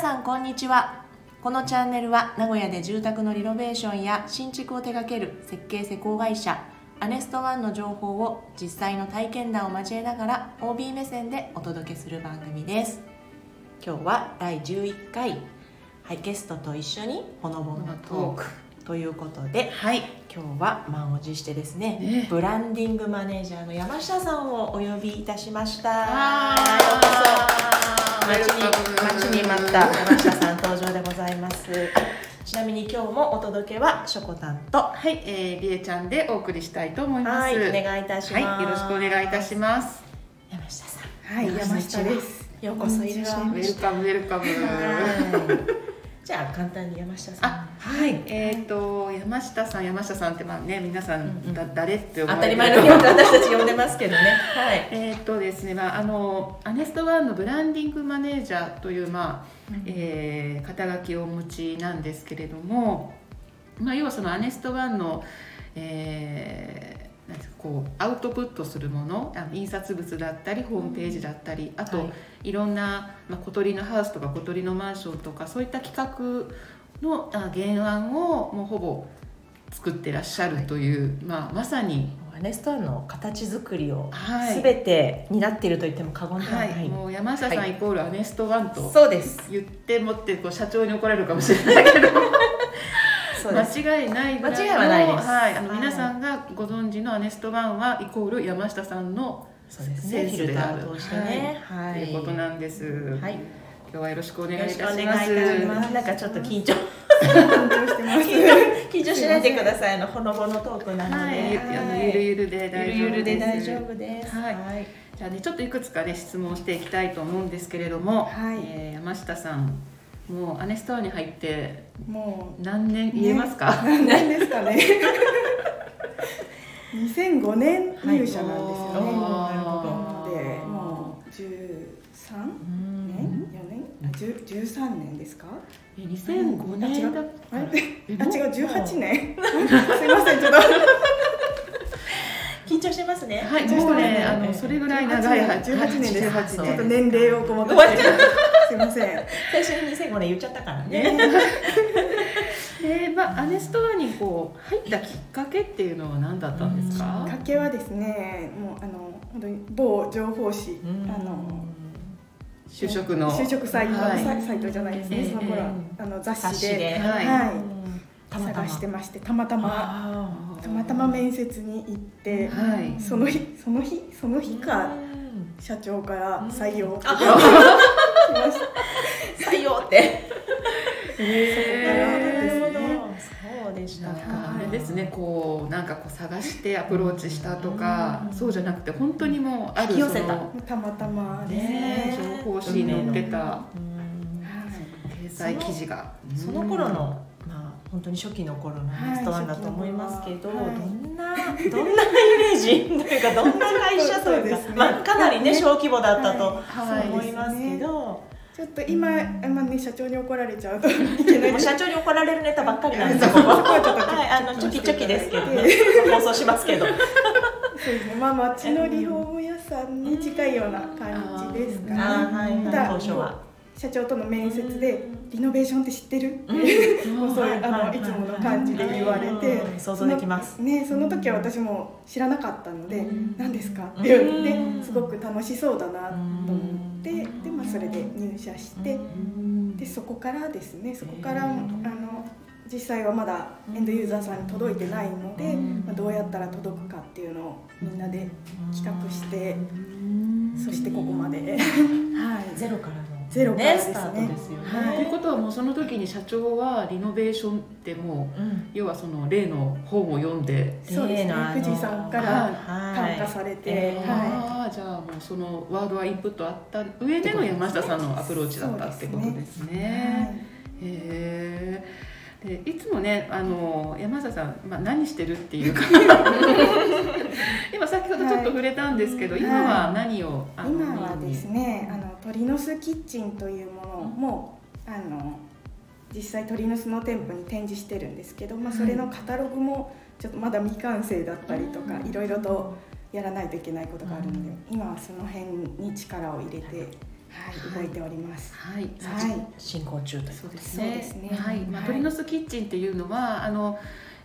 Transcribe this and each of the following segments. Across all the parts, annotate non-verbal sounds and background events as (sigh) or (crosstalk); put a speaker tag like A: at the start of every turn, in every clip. A: さんこんにちはこのチャンネルは名古屋で住宅のリノベーションや新築を手掛ける設計施工会社アネストワンの情報を実際の体験談を交えながら OB 目線でお届けする番組です今日は第11回ハイゲストと一緒にほのぼのトークということで
B: はい。
A: 今日は満を持してですね
B: ね
A: ブランディングマネージャーの山下さんをお呼びいたしました待ちに待ちに待った山下さん登場でございます (laughs) ちなみに今日もお届けはしょこたんとは
B: はい、えー、りえちゃんでお送りしたいと思います。
A: いお
B: は
A: 願いいたします、
B: いよろしくお願いいたし
A: ま
B: ます。
A: す山下さん
B: はい、
A: こんにちは
B: 山下です。
A: ようこそいらっしゃい
B: ウ
A: ま
B: ェル
A: した
B: カムウェル
A: (laughs)
B: カム。
A: はいじゃあ簡単に山下さん
B: あ、はい、えっ、と山下さん山下さんってまあね皆さ
A: うんうん
B: んだ、誰っ
A: 当
B: て呼ば
A: た
B: れ
A: り
B: てる
A: 前のように私たち呼んでますけどねはい
B: (laughs) えっ、とですね、まああのアネストワンのブランディングマネージャーというまあ、えー肩書きをお持ちなんですけれども、まあ要はそのアネストワンの、えーなんていうかこうアウトプットするものあの印刷物だったりホームページだったり、あと、
A: はい
B: い、ろんな、まあ、小鳥のハウスとか小鳥のマンションとかそういった企画のあ原案をもうほぼ作ってらっしゃるという、まあ、まさに、
A: アネストアの形作りを
B: はい
A: すべてになっていると言っても過言では
B: は
A: ない、
B: い、もう山下
A: は
B: さ
A: い
B: んイコールアネストワンと
A: そうです
B: 言ってもってこう社長に怒られるかもしれないけど
A: そうです
B: 間違いないぐら
A: 間違いはない
B: の
A: です
B: はい、あの
A: はい
B: 皆さんがご存知のアネストワンはイコール山下さんの
A: そうですね。
B: セン
A: フィ
B: ス
A: ル
B: で
A: タ
B: ある
A: ーを通してね。は
B: ということなんです。
A: はい。よ
B: 今日はよろしくお願いい
A: ろ
B: た
A: し
B: し
A: くお
B: ます。
A: 願いいたします。なんかちょっと緊
B: (laughs)
A: 張、
C: 緊張してます。
A: 緊張しないでください。あのほのぼのトークなの
B: はい、
A: で、
B: あのゆるゆるで大丈夫です。
A: ゆるゆるで大丈夫です。
B: はい
A: い。
B: じゃあねちょっといくつかね質問していきたいと思うんですけれども、
C: はい
B: えー山下さんもうアネストワンに入って
C: も
B: 何年言えますか？
C: う何年ですかね。2005年入社なんですよね。
B: はい
C: なので
B: あー
C: もう
A: う
C: 13
A: ん。
C: 年、4年、あ10 13年ですか？
B: え2005年だった
C: あ違う
B: え
C: あ
B: もう
C: 違う18年。すいませんちょっと。
A: 緊張してますね。
B: はい、
C: ちょっ
B: も
C: と
B: う
C: ね
B: ね、あのそれぐらい長い
C: 18年18年です。
B: 18
C: ちょっと
B: 年。
C: 年齢をごまかして。すいません。
A: 最初に2005年言っちゃったからね。
B: えー、まあアネストアにこう入ったきっかけっていうのは何だったんです
A: うん
B: か
C: きっ？かけはですね、もうあの本当に某情報誌
A: う
C: あ
A: ん
C: の。
B: 就職の
C: 就職サイト、
B: はい
C: サイサイトじゃないですね、
B: ええ
C: その頃、
B: え
C: あの雑誌で
A: 冊子で、
B: はい
A: うんたまたま
C: 探してましてたまたま
A: あ
C: たまたま面接に行って、
B: はい
C: その日その日その
A: ー
C: 日か、
A: うん
C: 社長から採用って
A: あ
C: 来ました
A: 採用って。
B: え
A: なる
B: ー
A: ほど。そうでした
B: なん
A: か
B: かあれですね、。こうなんかこう探してアプローチしたとか、
A: うん
B: そうじゃなくて本当にもうある
A: 引き寄せた
B: その
C: たまたまですね
B: ね情報誌に載ってた
A: うん
C: は
B: 掲載記事が
A: その頃の、まあ、本当に初期の頃のレストランだと思いますけど、
C: はい
A: ど
C: 初期
A: んな、どんなイメージというか、どんな会社というか、
C: そうですね
A: まあ、かなりね、
C: ね
A: 小規模だったと
B: はい
A: 思いますけど。
C: いちょっと今、あんまね、社長に怒られちゃうといけない
A: もう
C: そ
A: 社長に怒られるネタばっかりなんです
C: (laughs) そ
A: よ。
C: こ
A: ここは
C: はちょっと
A: (laughs) はい、あの、ちょきちょきですけど
C: (laughs)
A: ね
C: え、
A: 放送しますけど。
C: うですねまあ町のリフォーム屋さんに近いような感じですか
A: あーは
C: ね
A: い、
C: た
A: はい、当
C: だ
A: 初は。
C: 社長との面接で「リノベーションって知ってる?」
B: うん
C: そういう
A: はい
C: あ
A: は
C: の
A: い
C: いつもの感じで言われて
A: うん想像できます
C: そのねその時は私も知らなかったので
A: うん
C: 「何ですか?」って言われ
A: う
C: て
A: ん
C: すごく楽しそうだなと思ってで
A: うん
C: まあそれで入社して
B: うん
C: でそこからですねそこからあ
A: うん
C: の実際はまだエンドユーザーさんに届いてないので
A: うん
C: まあどうやったら届くかっていうのをみんなで企画してそしてここまではい
A: ゼロからの、ね。
C: ゼロからです
A: ス
C: ね
A: タートですよね。
C: はい
B: ということはもうその時に社長はリノベーションってもう
A: うん
B: 要はその例の本を読んで、
C: (laughs) そうですね藤井さんから
A: 単
C: 感化されて
A: えー
C: はい
B: ああじゃあもうそのワードはインプットあった上での山下さんのアプローチだったってことですね。へえ。でいつもねあの山下さん、まあ、何してるっていうか (laughs) 今先ほどちょっと触れたんですけど、
C: はい
B: 今は何をあの
C: 今はですねあの鳥の巣キッチンというものも、あの実際鳥の巣の店舗に展示してるんですけど、まあ、
B: はい
C: それのカタログもちょっとまだ未完成だったりとか、
A: うん
C: いろいろとやらないといけないことがあるので、
A: うん
C: 今はその辺に力を入れてはい、動いております。
B: はい、
C: はい、
A: 進行中という
B: そうです
C: そう
B: ね。
C: ですね
B: はい、まあ、
C: はい
B: 鳥の巣キッチンっていうのは、あの。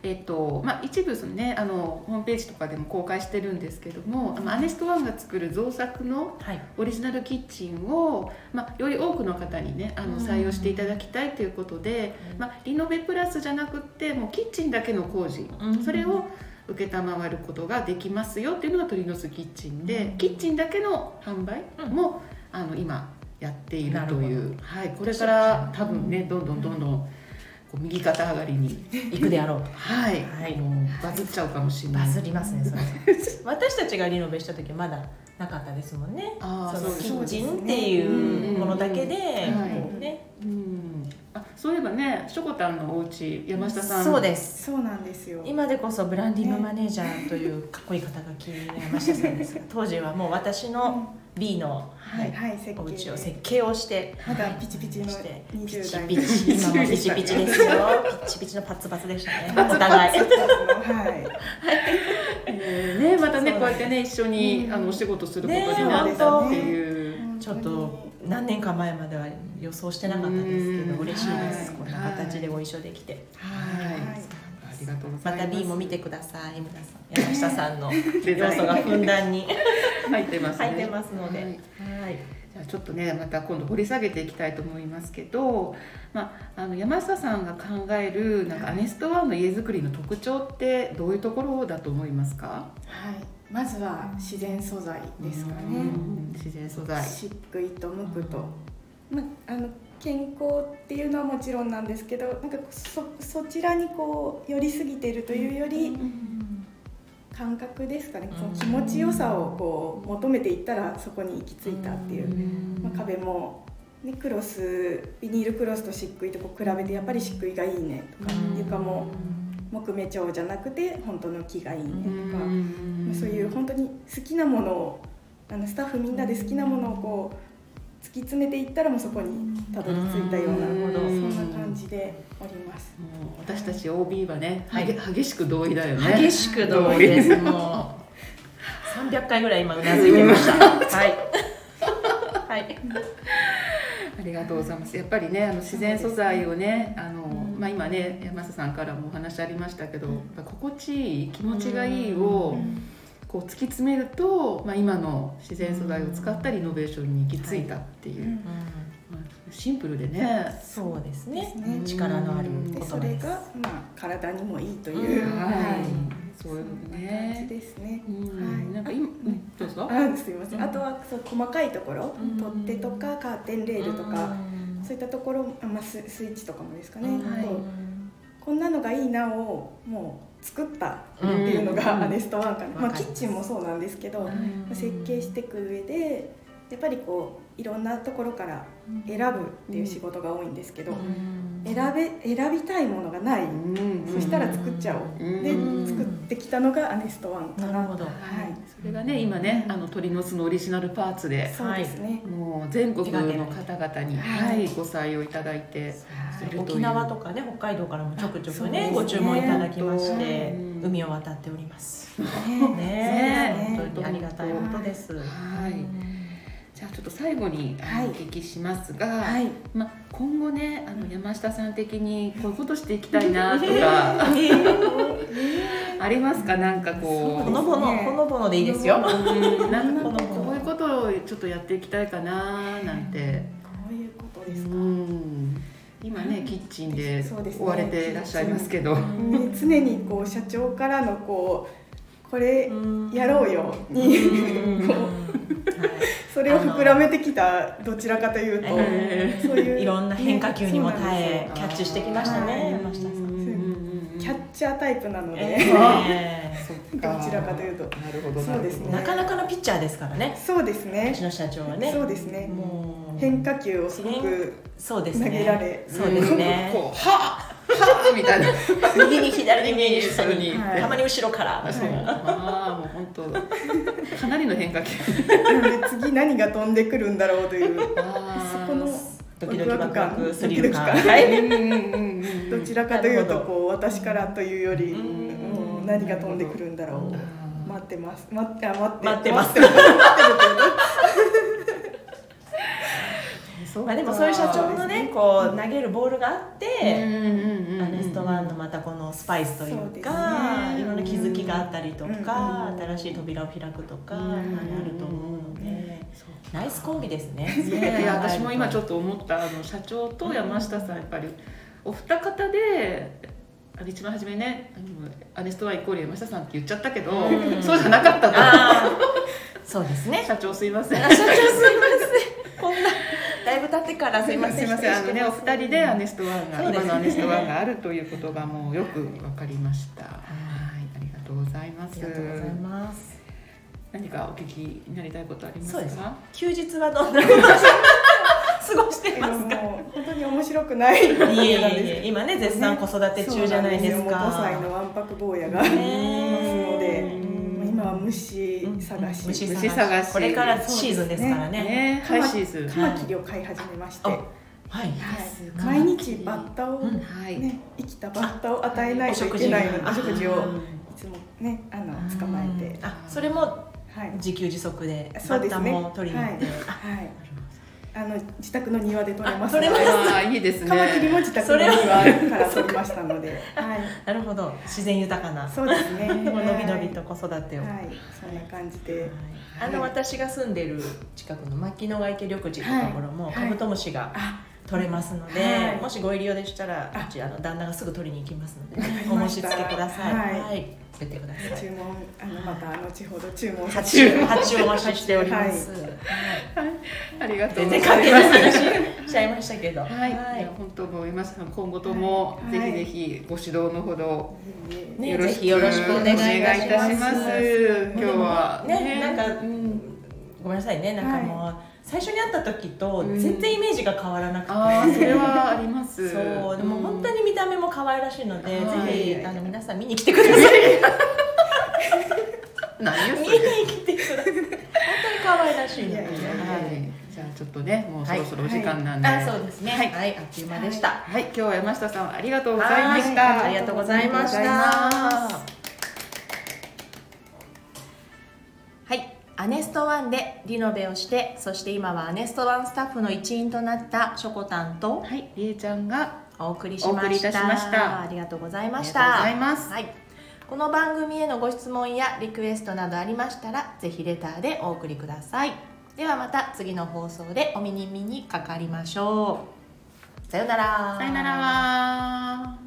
B: えっとまあ、一部その、ね、あのホームページとかでも公開してるんですけども、あのアネストワンが作る造作の
A: はい
B: オリジナルキッチンを、まあ、より多くの方に、ね、あの
A: うん
B: 採用していただきたいということで、まあ、リノベプラスじゃなくってもうキッチンだけの工事、
A: うん
B: それを承ることができますよっていうのが鳥の巣キッチンで、
A: うん
B: キッチンだけの販売
A: うん
B: も、あの今やっているとい
A: なる
B: う、はい、これから多分ねどんどんどんどんこう右肩上がりに、
A: 行くであろうと
B: はい
A: はい
B: もうバズっちゃうかもしれな
A: バ
B: い。
A: ズりますねそれ (laughs) 私たちがリノベした時まだなかったですもんね
B: あー
A: その
B: そう
A: キ
B: で
A: ッチ
B: す
A: ンっていうものだけで、
B: うん
C: うん
A: ね、
B: うんあそういえばねしょこたんのお家山下さん
A: そうです
C: そうなんですよ。
A: 今でこそブランディングマネージャーというかっこいい肩書きの山下さんですが当時はもう私の B の
C: はい、はい、設
A: お家を
C: 計
A: 設計をして
C: まだピチピチの
A: して
C: 二
A: ピ
C: 十
A: チ
C: 代
A: ピチ今もピチピチですよピチピチのパツパツでしたねお
C: (laughs)
A: 互い
C: はい、
B: えーねまたね
A: そ
B: こ
A: う
B: う
A: なん
B: や
A: です
B: ってね一緒に、
C: うん
B: あのお仕事することになったってい
A: (laughs)
B: う、
A: ちょっと何年か前までは予想してなかったですけど
B: うん
A: 嬉しいです、
B: はい
A: こんな形でご一緒できて、
B: はいありがとうござ
A: ま
B: います
A: た B も見てください皆さん山下さんの
B: デザ
A: 要
B: イン
A: 素がふんだんに
B: 入ってますね
A: 入ってますので、
B: は
A: はいい
B: じゃあちょっとねまた今度掘り下げていきたいと思いますけど、まあ、あの山下さんが考えるなんかアネストワンの家づくりの特徴ってどういうところだと思いますか
C: はい、まずは自然素材ですかね。
B: うん自然素材
C: 漆喰と無垢と、まあ、あの健康っていうのはもちろんなんですけどなんかそそちらにこう寄りすぎてるというより感覚ですかね、その気持ちよさをこう求めていったらそこに行き着いたっていう、
B: ん
C: まあ、壁も、ね、クロスビニールクロスと漆喰とこう比べてやっぱり漆喰がいいねとか
B: うん
C: 床も木目調じゃなくて本当の木がいいねと
B: う
C: か。
B: ん
C: まあそういう本当に好きなものをあのスタッフみんなで好きなものをこう突き詰めていったらもうそこにたどり着いたような
B: うん
C: そんな感じでおります。
B: もう私たち OB はね、
A: はい
B: 激激しく同意だよね
A: 激しく同意ですもう300回ぐらい今うなずいてましたはいはい
B: ありがとうございますやっぱりねあの自然素材をねあの、まあ、今ね山下さんからもお話ありましたけど、やっぱ心地いい気持ちがいいを、こう突き詰めると、まあ、今の自然素材を使ったリノベーションに行き着いたっていう、
C: うん
B: まあシンプルでね、
A: そうですね
C: ですね
A: 力のある
B: うん
A: 言
C: で
A: 葉
C: そ
A: で
C: れ
A: す
C: がまあ体にもいいという、
A: うん
B: はい、そう
C: そ
B: い
C: ん
B: うの
C: な感じ
B: ね、
C: ですね。
B: うん
C: はい
B: なんか今、
C: あ
B: うんどうぞ
C: あすいませ
A: うん
C: ん。あとはそう細かいところ、
A: うん
C: 取っ手とかカーテンレールとか、そういったところ、あまあススイッチとかもですかね。
A: うん
B: はい
C: こうこんなのがいいなをもう作ったっていうの
B: うん
C: がアネストワンかな、
A: うん
C: ま
A: わ
C: あ、
A: か
C: キ
A: ります
C: ッチンもそうなんですけど
A: うん
C: 設計していく上でやっぱりこういろんなところから選ぶっていう仕事が多いんですけど、
A: うん
C: 選べ選びたいものがない、
B: うん
C: そしたら作っちゃおう、
B: うん
C: で
A: うん
C: 作ってきたのがアネストワンか
A: なる
C: な
A: ほど
B: はい、それがね今ねあの鳥の巣のオリジナルパーツで
C: そうですね、
B: もう全国の方々に、は
C: はいい
B: ご採用いただいて、
C: はい
B: るという
A: 沖縄とかね北海道からもちょくちょくね
C: あそう
A: ご
C: です
A: 注
C: ね
A: 文いただきまして
B: うん
A: 海を渡っておりますね
C: ね
A: え
C: そ
A: 本
C: うですね
A: 当にありがたいことです
B: はいじゃあちょっと最後にあ
C: はい
B: のお聞きしますが、
C: はい
B: まあ、今後ねあの山下さん的にこういうことしていきたいなと
C: (laughs)
B: かありますかなんかこ
A: ほ
B: う
A: のぼのほのぼのでいいですよ
B: うんなんか
C: (laughs)
A: この子
B: こういうことをちょっとやっていきたいかななんて。
C: こういうことですか、
B: うん今ねキッチンで
C: そうですね
B: 追われていらっしゃいますけど、
C: で常にこう社長からのこうこれやろうよに、
A: うん
C: こう
A: は
C: それを膨らめてきたどちらかというと、
A: え
C: そういう
A: いいろんな変化球にも
C: そうなんですよ
A: 耐えキャッチしてきました
C: は
A: ね
C: い
A: 山下さん
C: キャッチャータイプなので、
A: え
B: ど
C: どちらかというと
B: なるほど
C: そうです
A: え
C: ね
A: なかなかのピッチャーですからね
C: そうです
A: う
C: ね
A: ちの社長はね
C: そうですね
A: もう
C: 変化球をすごく
A: そうです
C: 投
A: ね
C: げられ、
A: そうですね
B: こうはっはっみたいな
A: 右に左に右に下
B: 右に
A: に
B: 左
C: に
A: はいたまに後ろから
B: あそうあーもう本当かなりの変化球
C: なので次何が飛んでくるんだろうというそこの
A: ドキドキワクワクスリル感
C: ドキドキ
A: は
B: う
A: い
B: んうんうんうん
C: どちらかという
A: な
C: と
A: るほ
C: こう私からというより、
A: うん
C: もう何が飛んでくるんだろ
A: う
C: う、
B: あー
C: 待ってます待ってあ待って
A: 待ってます
C: 待ってる待ってる
A: まあでもそういう社長のねこう投げるボールがあって、ア
B: ア
A: ネストワンのまたこのスパイスという
C: そうです
A: か
C: ね
A: いろんな気づきがあったりとか、
B: うん
A: 新しい扉を開くとか、
B: うん
A: まああると思うので、ナイスコンビですね。
B: ねいや私も今ちょ
A: っ
B: っと思ったあの社長と山下さんやっぱりお二方であの一番初めねあのアネストワイコール山下さんって言っちゃったけど、
A: うん
B: そうじゃなかった
A: と
B: と
A: そうですね。
B: 社長すいません
A: 社長すいません。こんなだいぶ経ってからすいません。
B: すいませんあのねお二人でアネストワンが、
A: そうですね
B: 今のアネストワンがあるということがもうよくわかりましたはいありがとうございま
A: あ
B: す
A: りがとうございます。
B: 何かお聞きになりたいことありますか
A: そうです休日はどんなことを過ごして
C: けど
A: ますか。
C: もう本当に面白くない家なん
A: いえいえ
C: です
A: いえ今ね絶賛子育て中じゃないですか。
C: そうなんよもう5歳のわんぱく坊やが、
A: ね
C: まあ今は虫探し、
A: 虫
B: 虫探し
A: これからシーズンですからね。
B: ね
C: カ
B: ハイ
C: マ
B: シーズン
C: カマキリを飼い始めまして、
A: あ
C: はい
A: はい。
B: あ
C: 毎日バッタを、
A: うん
B: はい、
C: ね、生きたバッタを与えないといけないのでお食事をいつもねあの捕まえて、
A: あそれも
C: はい、
A: 自給自足で
C: そ
A: バ
C: うで
A: ッ
C: す
A: タ
C: ね。
A: も取りに行って。
C: はい、はい、あの自宅の庭で取れま
A: あ
C: す
A: 取れます
B: あーいいですね
C: カマキリも自宅の庭から取りましたので、はい、
A: なるほど自然豊かな
C: そうです
A: (laughs)
C: ね。
A: もうのびのび
C: は
A: と子育て
C: い、
A: を、
C: はい、そんな感じで、
A: あの私が住んでる近くの牧野ヶ池緑地っていうところも、
C: はい
A: カブトムシが
C: あ、
A: 取れますので、
C: はい
A: もしご入り用でしたら
C: あ
A: うちあの旦那がすぐ取りに行きますので
C: わかり
A: お
C: ま
A: 申し
C: し
A: 付
C: た
A: けください
C: はい
A: はい、出てください
C: 注文あのまた後ほど注文さ
A: 発注発注お待ちしております、はい
B: ありがとう
A: 全
B: ござ
A: 然関係
B: いま
A: な
B: す
A: い話しちゃいましたけど
B: はい、
A: はい
B: いや本当思います。今後とも、
C: はい
B: ぜひぜひご指導のほど、
C: (laughs)
A: ね
B: よろ
A: ぜ
B: し
A: ひ
B: く
A: よろしくお願いいたします
B: お願いいたします今日は
A: ねなんか、
B: うん
A: ごめんなさいねなんかもう、最初に会った時と
B: うん
A: 全然イメージが変わらなくて、
B: ああそれはあります。
A: そうでも本当
B: に
A: に見た目も可愛らしいので、
B: は
A: ぜ
B: い
A: ひあの皆さん見に来てくだ (laughs) さい
B: 何よ
A: 見に
B: それ。
A: 来てください本当に可愛らしいので
C: いやいや
B: はいじゃあちょっとねもうそろそろお時間なんで。
A: はい、あそうですねは、
B: はいい
A: あっという間でした、
B: はい今日は山下さんありがとうございました。
A: はいありがとうございまし
B: ありがとうござい
A: た
B: ます。
A: はい、アネストワンでリノベをして、そして今はアネストワンスタッフの一員となったしょこたんと
B: はいりえちゃんが
A: お送りしま
B: お送りい
A: した
B: しました
A: ありがとうございまし
B: あ
A: た。
B: りがとうございます。
A: はい。この番組へのご質問やリクエストなどありましたら、ぜひレターでお送りください。ではまた次の放送でお耳にかかりましょう。さようなら。
B: さよなら。